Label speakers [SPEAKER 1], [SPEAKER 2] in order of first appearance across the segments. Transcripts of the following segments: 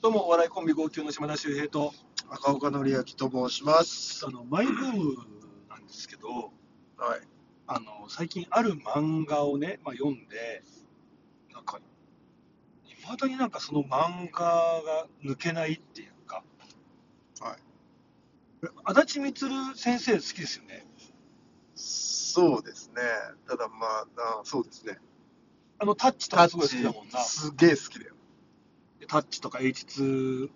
[SPEAKER 1] どうも、お笑いコンビ号泣の島田秀平と、
[SPEAKER 2] 赤岡典明と申します。
[SPEAKER 1] あの、マイブームなんですけど、
[SPEAKER 2] はい。
[SPEAKER 1] あの、最近ある漫画をね、まあ、読んで、なんか、いまだになんかその漫画が抜けないっていうか、。
[SPEAKER 2] はい
[SPEAKER 1] 足立光先生好きですよね。
[SPEAKER 2] そうですね。ただまあ、あそうですね。
[SPEAKER 1] あの、タッチとかすごい好きだもんな。
[SPEAKER 2] すげえ好きだよ。
[SPEAKER 1] タッチとか H2O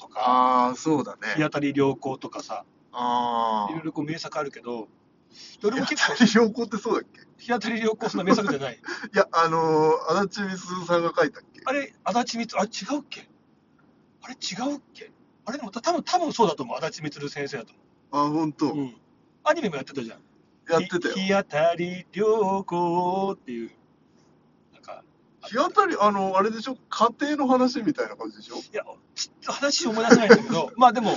[SPEAKER 1] とか、
[SPEAKER 2] ああ、そうだ
[SPEAKER 1] 日
[SPEAKER 2] ね。
[SPEAKER 1] 当たり良好とかさ、
[SPEAKER 2] あ
[SPEAKER 1] いろいろこう名作あるけど、どれも結構
[SPEAKER 2] あ。標高ってそうだっけ
[SPEAKER 1] 日当たり良好そんな名作じゃない。
[SPEAKER 2] いや、あのー、足立みすさんが書いたっけ
[SPEAKER 1] あれ、足立みつ、あ、違うっけあれ、違うっけあれ、でもた多分多分そうだと思う。足立みつる先生だと
[SPEAKER 2] あ、ほんと、
[SPEAKER 1] 思う。うん。アニメもやってたじゃん。
[SPEAKER 2] やってたよ。
[SPEAKER 1] ひ日当たり良好っていう。なんか、
[SPEAKER 2] 日当たり、あの、あれでしょ家庭の話みたいな感じでしょ
[SPEAKER 1] いや、ちょっと話思い出せないんだけ ど、まあでも、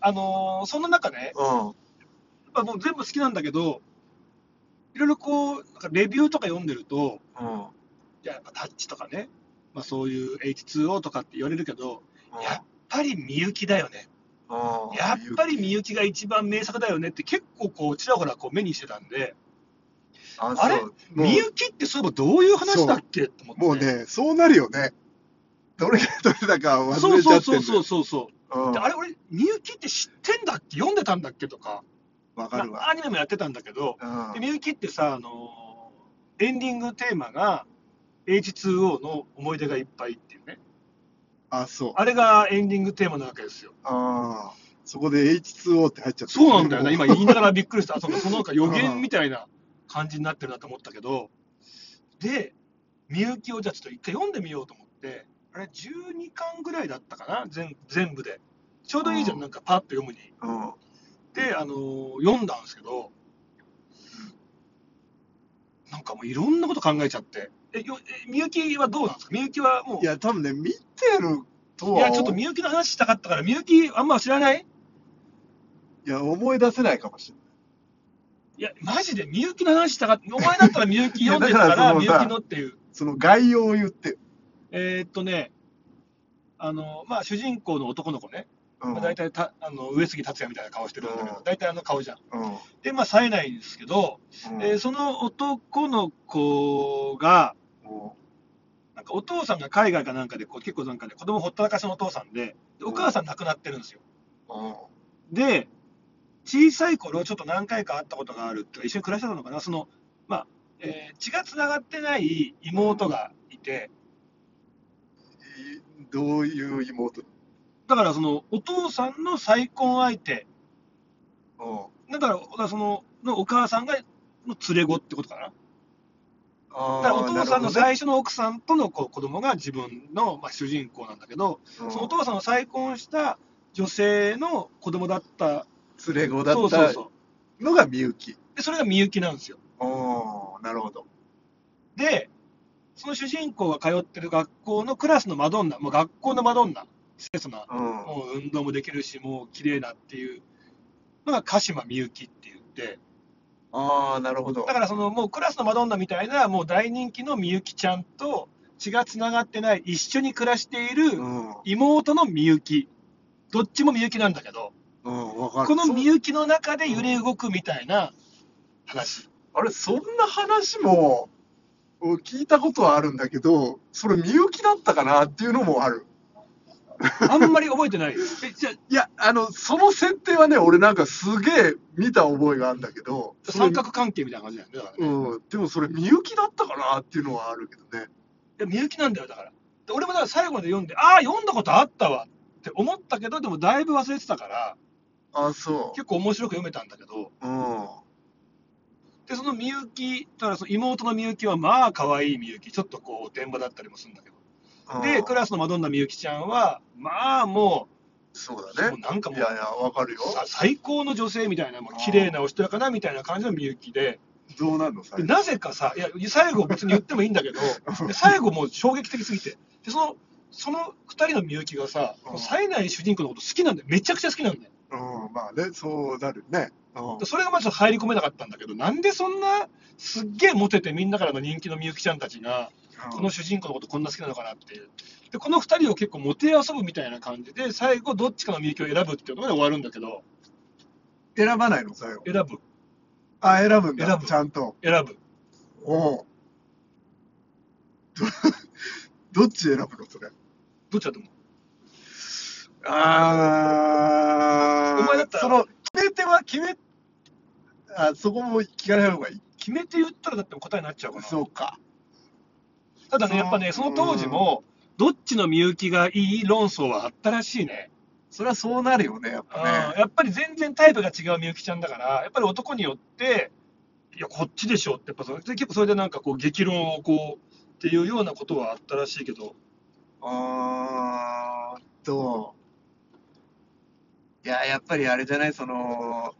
[SPEAKER 1] あのーそんな中ね、
[SPEAKER 2] うん。
[SPEAKER 1] まあ、もう全部好きなんだけど、いろいろこう、なんかレビューとか読んでると、
[SPEAKER 2] うん。
[SPEAKER 1] いややっぱタッチとかね、まあそういう H2O とかって言われるけど、やっぱりみゆきだよね。
[SPEAKER 2] うん
[SPEAKER 1] やっぱりみゆきが一番名作だよねって結構こうちらほらこう目にしてたんで、
[SPEAKER 2] あ
[SPEAKER 1] あれ
[SPEAKER 2] そうもう
[SPEAKER 1] みゆきってそういえばどういう話だっけと思って。
[SPEAKER 2] もう。ね、そうなるよね。どれがどれだか忘
[SPEAKER 1] そう
[SPEAKER 2] れち
[SPEAKER 1] そ
[SPEAKER 2] ゃ
[SPEAKER 1] う
[SPEAKER 2] ってんだ
[SPEAKER 1] そうそう
[SPEAKER 2] よ
[SPEAKER 1] そうそう。
[SPEAKER 2] うん
[SPEAKER 1] であれ俺、みゆきって知ってんだっけ読んでたんだっけとか、
[SPEAKER 2] わかる
[SPEAKER 1] まあ
[SPEAKER 2] わ。
[SPEAKER 1] アニメもやってたんだけど、
[SPEAKER 2] うん
[SPEAKER 1] でみゆきってさ、あのーエンディングテーマが H2O の思い出がいっぱいっていうね。
[SPEAKER 2] あ、そう。
[SPEAKER 1] あれがエンディングテーマなわけですよ。
[SPEAKER 2] ああ、そこで H2O って入っちゃった。
[SPEAKER 1] そうなんだよね。
[SPEAKER 2] も
[SPEAKER 1] 今
[SPEAKER 2] う
[SPEAKER 1] 言いながらびっくりした。あそうかそのなんか予言みたいな感じになってるなと思ったけど、で、みゆきをじゃあちょっと一回読んでみようと思って、あれ12巻ぐらいだったかな全全部で。ちょうどいいじゃ。
[SPEAKER 2] うんん
[SPEAKER 1] なんかパッと読むに。
[SPEAKER 2] うん。
[SPEAKER 1] で、あのー読んだんですけど、なんかもういろんなこと考えちゃって。え、よえみゆきはどうなんですかみゆきはもう、
[SPEAKER 2] いや、多分ね、見てると
[SPEAKER 1] い
[SPEAKER 2] は。
[SPEAKER 1] やちょっとみゆきの話したかったから、みゆきあんま知らない
[SPEAKER 2] いや思い出せないかもし
[SPEAKER 1] いや、マジで、みゆきの話したかった。お前だったらみゆき読んでたか
[SPEAKER 2] いやだか
[SPEAKER 1] ら、
[SPEAKER 2] らその
[SPEAKER 1] みゆ
[SPEAKER 2] さ
[SPEAKER 1] きのっていう
[SPEAKER 2] れ。ない。その概要を言ってよ。
[SPEAKER 1] えーっとね、あの、まあ、主人公の男の子ね、
[SPEAKER 2] うん。
[SPEAKER 1] まあ、大体た、あの、上杉達也みたいな顔してるんだけど
[SPEAKER 2] う、ん
[SPEAKER 1] 大体あの顔じゃん。
[SPEAKER 2] うん。うん
[SPEAKER 1] で、まあ、冴えないんですけど、えーその男の子が、なんかお父さんが海外かなんかで、こう、結構なんかね、子供ほったらかしのお父さんで、でお母さん亡くなってるんですよ。
[SPEAKER 2] うん
[SPEAKER 1] で、小さい頃、ちょっと何回か会ったことがあるっていうか、一緒に暮らしてたのかな、その、まあ、えー血がつながってない妹がいて、
[SPEAKER 2] いどういう妹
[SPEAKER 1] だからその、お父さんの再婚相手、
[SPEAKER 2] うん。
[SPEAKER 1] だから、だからその、のお母さんが、の連れ子ってことかな。
[SPEAKER 2] あ
[SPEAKER 1] だ
[SPEAKER 2] ー
[SPEAKER 1] からお父さんの
[SPEAKER 2] なる
[SPEAKER 1] 最初の奥さんとのこう子供が自分の、まあ、主人公なんだけど、
[SPEAKER 2] ほどね
[SPEAKER 1] そのお父さんの再婚した女性の子供だった。
[SPEAKER 2] うん連れ子だ
[SPEAKER 1] そう
[SPEAKER 2] っ
[SPEAKER 1] そう
[SPEAKER 2] た
[SPEAKER 1] そ
[SPEAKER 2] のがみゆき。
[SPEAKER 1] う。で、それがみゆきなんですよ。
[SPEAKER 2] ああ、なるほど。
[SPEAKER 1] で、その主人公が通ってる学校のクラスのマドンナ、もう学校のマドンナ、清楚な、
[SPEAKER 2] うん。
[SPEAKER 1] もう運動もできるし、もう綺麗なっていうのが鹿島みゆきって言って、
[SPEAKER 2] ああ、なるほど
[SPEAKER 1] だ。からそのもうクラスのマドンナみたいな、もう大人気のみゆきちゃんと血がつながってない、一緒に暮らしている
[SPEAKER 2] うん。
[SPEAKER 1] 妹のみゆき、どっちもみゆきなんだけど、
[SPEAKER 2] うん、わかる。
[SPEAKER 1] このみゆきの中で揺れ動くみたいな 話。
[SPEAKER 2] あれ、そんな話もうん聞いたことはあるんだけど、それみゆきだったかなっていうのもある。
[SPEAKER 1] あんまり覚えてない。えじゃあ
[SPEAKER 2] いや、あの、その設定はね、俺なんかすげえ見た覚えがあるんだけど、それ
[SPEAKER 1] 三角関係みたいな感じだよね。だからね
[SPEAKER 2] うん、でもそれみゆきだったかなっていうのはあるけどね。
[SPEAKER 1] いや、みゆきなんだよ、だから。で俺もだから最後まで読んで、ああ、読んだことあったわって思ったけど、でもだいぶ忘れてたから、
[SPEAKER 2] あ、そ
[SPEAKER 1] 結構面白く読めたんだけど、
[SPEAKER 2] う。うん。
[SPEAKER 1] で、そのみゆき、ただその妹のみゆきは、まあ、可愛いみゆき、ちょっとこう、おてんばだったりもするんだけど。で、ク
[SPEAKER 2] ら
[SPEAKER 1] ラスのマドンナみゆきちゃんは、まあ、も
[SPEAKER 2] そう
[SPEAKER 1] う、
[SPEAKER 2] だ
[SPEAKER 1] もう
[SPEAKER 2] ね。
[SPEAKER 1] なんかも、
[SPEAKER 2] いうやいや、わかるよ。
[SPEAKER 1] さ最高の女性みたいな、もう綺麗なおしとやかなみたいな感じのみゆきで、
[SPEAKER 2] どうなんのさ
[SPEAKER 1] で。なぜかさ、いや、最後別に言ってもいいんだけど、で最後もう衝撃的すぎて、でその、その二人のみゆきがさ、
[SPEAKER 2] うん
[SPEAKER 1] 冴えない主人公のこと好きなんだよ。めちゃくちゃ好きなんだよ。
[SPEAKER 2] うん、まあね、そうなるね。うん
[SPEAKER 1] でそれがまず入り込めなかったんだけど、なんでそんな、すっげえモテてみんなからの人気のみゆきちゃんたちが、この主人公のことこんな好きなのかなっていう。でこの2人を結構もてあそぶみたいな感じで最後どっちかのみゆきを選ぶっていうのが終わるんだけど
[SPEAKER 2] 選ばないの、最後。
[SPEAKER 1] 選ぶ
[SPEAKER 2] あ、選ぶんだ。
[SPEAKER 1] 選ぶ
[SPEAKER 2] ちゃんと。
[SPEAKER 1] 選ぶ
[SPEAKER 2] おうどどっ ち選ぶの、それ。
[SPEAKER 1] どっちだと思う
[SPEAKER 2] あ
[SPEAKER 1] お
[SPEAKER 2] ー
[SPEAKER 1] 前だったら
[SPEAKER 2] その、決め手は決め、あ、そこも聞かない方がいい。
[SPEAKER 1] 決めて言ったらだって答えになっちゃうかな
[SPEAKER 2] そうか。
[SPEAKER 1] ただねやっぱねその当時もどっちのみゆきがいい論争はあったらしいね
[SPEAKER 2] それはそうなるよね、やっぱ
[SPEAKER 1] うん
[SPEAKER 2] ね。
[SPEAKER 1] やっぱり全然タイプが違うみゆきちゃんだから、やっぱり男によって、いや、こっちでしょって、やっぱそれで結構それでなんかこう、激論をこう、っていうようなことはあったらしいけど、
[SPEAKER 2] あーっと。いや、やっぱりあれじゃない、その、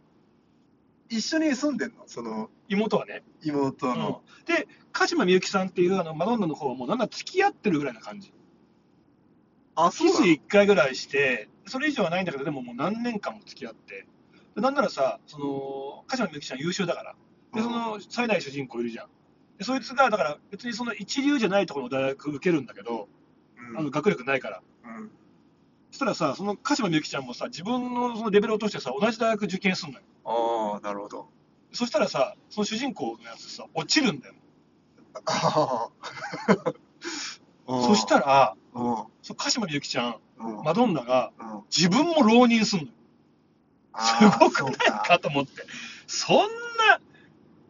[SPEAKER 2] 一緒に住んでんのその、
[SPEAKER 1] 妹はね。
[SPEAKER 2] 妹
[SPEAKER 1] うん
[SPEAKER 2] の。
[SPEAKER 1] で、鹿島みゆきさんっていうあのマドンナの方はもうなんなら付き合ってるぐらいな感じ。
[SPEAKER 2] あ、
[SPEAKER 1] キス
[SPEAKER 2] なの
[SPEAKER 1] 1回ぐらいして、それ以上はないんだけど、でももう何年間も付き合って。でなんならさ、その、鹿島みゆきちゃん優秀だから。で、その、最大主人公いるじゃん。で、そいつが、だから別にその一流じゃないところの大学受けるんだけど、
[SPEAKER 2] うん
[SPEAKER 1] あの学力ないから。
[SPEAKER 2] うん
[SPEAKER 1] そしたらさ、その鹿島みゆきちゃんもさ、自分のそのレベルを落としてさ、同じ大学受験すんのよ。
[SPEAKER 2] ああ、なるほど。
[SPEAKER 1] そしたらさ、その主人公のやつさ、落ちるんだよ。
[SPEAKER 2] あー
[SPEAKER 1] そしたら、
[SPEAKER 2] うん、うん、
[SPEAKER 1] その鹿島みゆきちゃん、
[SPEAKER 2] うん。
[SPEAKER 1] マドンナが
[SPEAKER 2] うん
[SPEAKER 1] 自分も浪人すんのよ。
[SPEAKER 2] あ
[SPEAKER 1] す
[SPEAKER 2] ー
[SPEAKER 1] ごくない
[SPEAKER 2] そう
[SPEAKER 1] かと思って。そんな、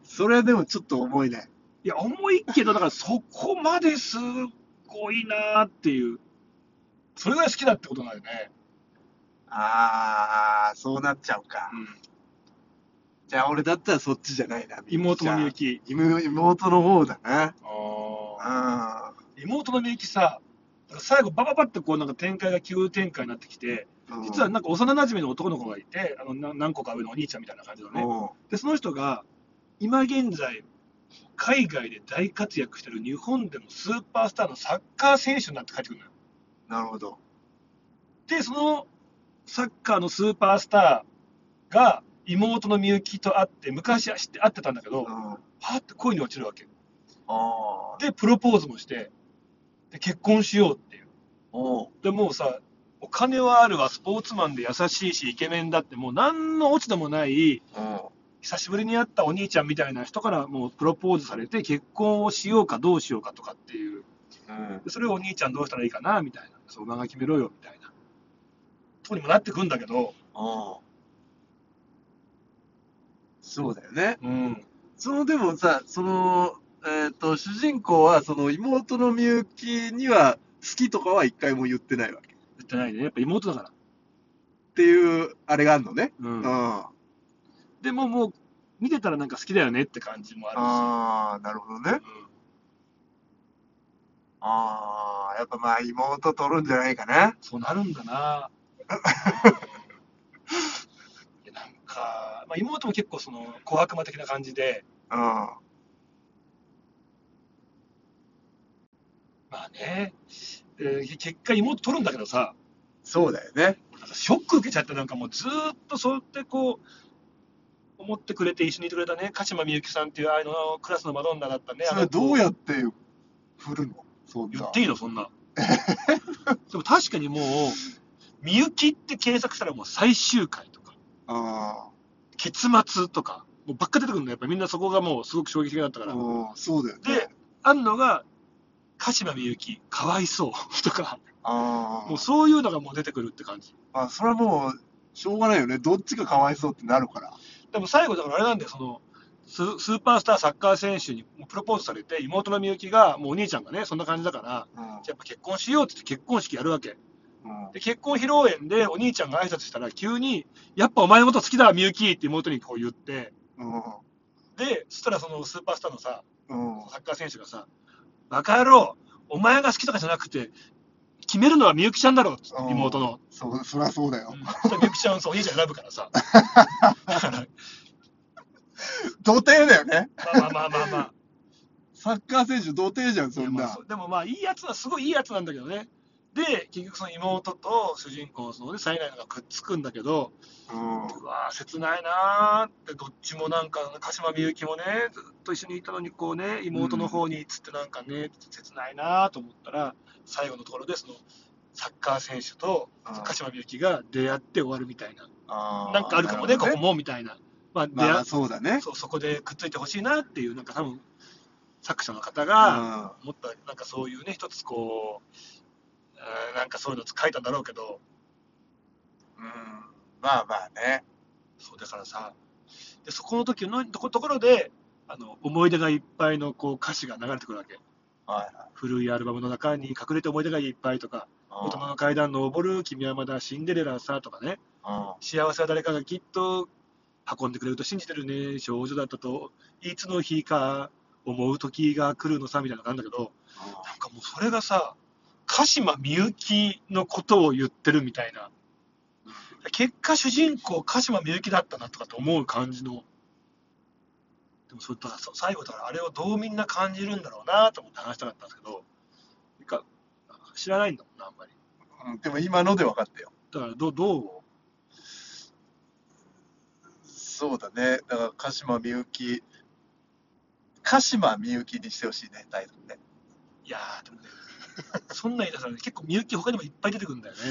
[SPEAKER 2] それでもちょっと重いね。
[SPEAKER 1] いや、重いけど、だからそこまですごいなーっていう。それぐらい好きだってことなんよね。
[SPEAKER 2] ああ、そうなっちゃうか。じゃあ俺だったらそっちじゃないな。
[SPEAKER 1] 妹のみゆ
[SPEAKER 2] き
[SPEAKER 1] き。
[SPEAKER 2] ちゃん。妹妹の方だな。
[SPEAKER 1] あ
[SPEAKER 2] あ
[SPEAKER 1] ー妹のみゆきさ、だから最後バババってこうなんか展開が急展開になってきて、
[SPEAKER 2] あ。
[SPEAKER 1] 実はなんか幼馴染の男の子がいて、あのな何個か上のお兄ちゃんみたいな感じのね。
[SPEAKER 2] ね。
[SPEAKER 1] で、その人が、今現在、海外で大活躍してる日本でのスーパースターのサッカー選手になって帰ってくるのよ。
[SPEAKER 2] なるほど。
[SPEAKER 1] で、そのサッカーのスーパースターが、妹のみゆきと会って、昔は知って会ってたんだけど
[SPEAKER 2] う、ん。あ
[SPEAKER 1] はって恋に落ちるわけ。
[SPEAKER 2] あ。
[SPEAKER 1] で、プロポーズもして、で、結婚しようっていう。
[SPEAKER 2] おう
[SPEAKER 1] で、もうさ、お金はあるわ、スポーツマンで優しいし、イケメンだって、もう何の落ち度もない、
[SPEAKER 2] お
[SPEAKER 1] 久しぶりに会ったお兄ちゃんみたいな人からもうプロポーズされて結婚をしようかどうしようかとかっていう
[SPEAKER 2] う。うん。
[SPEAKER 1] でそれをお兄ちゃんどうしたらいいかなみたいなそうお前が決めろよみたいなとこにもなってくんだけど、
[SPEAKER 2] おうそうだよね。
[SPEAKER 1] うん、
[SPEAKER 2] その、でもさ、その、えっ、と、主人公は、その妹のみゆきには、好きとかは一回も言ってないわけ。っ
[SPEAKER 1] 言ってないねやっぱ妹だから、
[SPEAKER 2] ていう、あれがあるのね。
[SPEAKER 1] う
[SPEAKER 2] うんん。あ
[SPEAKER 1] でももう見てたらなんか好きだよねって感じもあ
[SPEAKER 2] あー、なるほどね
[SPEAKER 1] る。し、うん
[SPEAKER 2] ああ、やっぱまあ妹取るんじゃないかな。
[SPEAKER 1] そうなるんだないやなんか、まあ、妹も結構その小悪魔的な感じで
[SPEAKER 2] うん。
[SPEAKER 1] まあね、えー結果妹取るんだけどさ、
[SPEAKER 2] そうだよね。
[SPEAKER 1] なんかショック受けちゃって、なんかもうずーっとそうやってこう、思ってくれて一緒にいてくれたね、鹿島みゆきさんっていうあのクラスのマドンナだったね。
[SPEAKER 2] それどう
[SPEAKER 1] や
[SPEAKER 2] やって振るのそんな。
[SPEAKER 1] 言っていいの、そん な。でも確かにもう、みゆきって検索したらもう最終回とか、
[SPEAKER 2] あ
[SPEAKER 1] 結末とか、もうばっか出てくるの、やっぱみんなそこがもうすごく衝撃的だったか
[SPEAKER 2] あ、
[SPEAKER 1] ら。
[SPEAKER 2] うん、そうだよ
[SPEAKER 1] で
[SPEAKER 2] ね。、
[SPEAKER 1] あんのが、鹿島みゆき、かわいそう とか、
[SPEAKER 2] ああ、
[SPEAKER 1] もうそういうのがもう出てくるって感じ。
[SPEAKER 2] まあそれはもう、しょうがないよね。どっちがかわいそうってなるから。
[SPEAKER 1] でも最後、だからあれなんだよ、そのススーパースターサッカー選手にプロポーズされて、妹のみゆきが、もうお兄ちゃんがね、そんな感じだから、
[SPEAKER 2] う
[SPEAKER 1] じ
[SPEAKER 2] ん
[SPEAKER 1] ゃあやっぱ結婚しようって言って結婚式やるわけ。
[SPEAKER 2] うん
[SPEAKER 1] で、結婚披露宴でお兄ちゃんが挨拶したら、急に、やっぱお前のこと好きだ、みゆきって妹にこう言って、で、そしたらそのスーパースターのさ、
[SPEAKER 2] うん。うん。
[SPEAKER 1] サッカー選手がさ、バカ野郎、お前が好きとかじゃなくて、決めるのはみゆきちゃんだろ、つって
[SPEAKER 2] うん
[SPEAKER 1] 妹の。
[SPEAKER 2] そ、そりゃそうだ
[SPEAKER 1] う
[SPEAKER 2] よ
[SPEAKER 1] ん。そしたらみゆきちゃんさ、お兄ちゃん選ぶから さ。だから
[SPEAKER 2] 童貞だよね。
[SPEAKER 1] まあまあまあまあまあ。
[SPEAKER 2] サッカー選手童貞じゃん、そん
[SPEAKER 1] いやまあ
[SPEAKER 2] な
[SPEAKER 1] そ。うでもまあいいやつはすごいいいやつなんだけどねで、結局その妹と主人公のね、災難がくっつくんだけど、うわー切ないなーって、どっちもなんか、鹿島みゆきもね、ずっと一緒にいたのに、こうね、妹の方にっつってなんかね、切ないなーと思ったら、最後のところで、その、サッカー選手と鹿島みゆきが出会って終わるみたいな。な
[SPEAKER 2] なん
[SPEAKER 1] かあるかもね、ここ
[SPEAKER 2] も。
[SPEAKER 1] も、みたいな。まあ、出会
[SPEAKER 2] まあ、そうだね。
[SPEAKER 1] そうそこでくっついてほしいなっていう、なんか多分、作者の方が、思ったなんかそういうね一つこうあーなんかそういうの書いたんだろうけど
[SPEAKER 2] うん。うんまあまあね。
[SPEAKER 1] そうだからさでそこの時のとこところであの思い出がいっぱいのこう歌詞が流れてくるわけ
[SPEAKER 2] はい
[SPEAKER 1] 古いアルバムの中に隠れて思い出がいっぱいとか「大人の階段登る君はまだシンデレラさ」とかね「幸せは誰かがきっと運んでくれると信じてるね少女だったといつの日か思う時が来るのさ」みたいなのがあるんだけどなんかもうそれがさ、鹿島みゆきのことを言ってるみたいな。結果主人公鹿島みゆきだったなとかと思う感じの。でもそれだからそう最後だからあれをどうみんな感じるんだろうなと思って話したかったんですけど、なんか知らないんだもんな、あんまり。
[SPEAKER 2] うんうんでも今ので分かったよ。
[SPEAKER 1] だからどう、どう
[SPEAKER 2] そうだね。だから、鹿島みゆき、鹿島みゆきにしてほしいね、タイトルね。
[SPEAKER 1] いやーでもね、 そんなん言い出したらね、結構みゆき他にもいっぱい出てくるんだよね。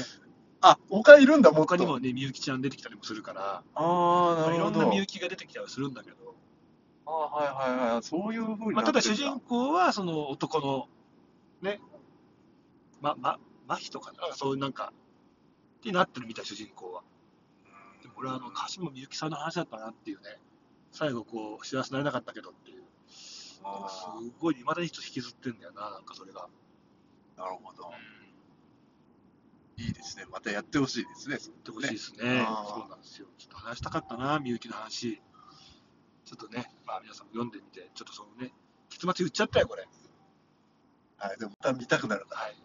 [SPEAKER 2] あ、他いるんだ、もっ
[SPEAKER 1] 他
[SPEAKER 2] と
[SPEAKER 1] に。もね、みゆきちゃん出てきたりもするから、
[SPEAKER 2] ああ、なる
[SPEAKER 1] い
[SPEAKER 2] ほ
[SPEAKER 1] ろん
[SPEAKER 2] ど。
[SPEAKER 1] なみゆきが出てきたりするんだけど。
[SPEAKER 2] あーはいはいはい。そういうふうに
[SPEAKER 1] ま
[SPEAKER 2] な
[SPEAKER 1] あ、
[SPEAKER 2] ったて
[SPEAKER 1] だ
[SPEAKER 2] る
[SPEAKER 1] 主
[SPEAKER 2] ん
[SPEAKER 1] 人公はその男のねまま麻痺とかななんかそういうなんかってなってるみたい主人公はでも俺はあの鹿島みゆきさんの話だったなっていうね最後こう幸せになれなかったけどっていう
[SPEAKER 2] あ
[SPEAKER 1] すごい未だに人引きずってんだよななんかそれが
[SPEAKER 2] ーなるほど。いいですね。またやってほしいですね。
[SPEAKER 1] ってほしいですね
[SPEAKER 2] ねあー
[SPEAKER 1] そうなんですよちょっと話したかったなみゆきの話ちょっとねまあ皆さんも読んでみてちょっとそのね結末言っちゃったよこれ
[SPEAKER 2] はい。でも、また見たくなるな。
[SPEAKER 1] はい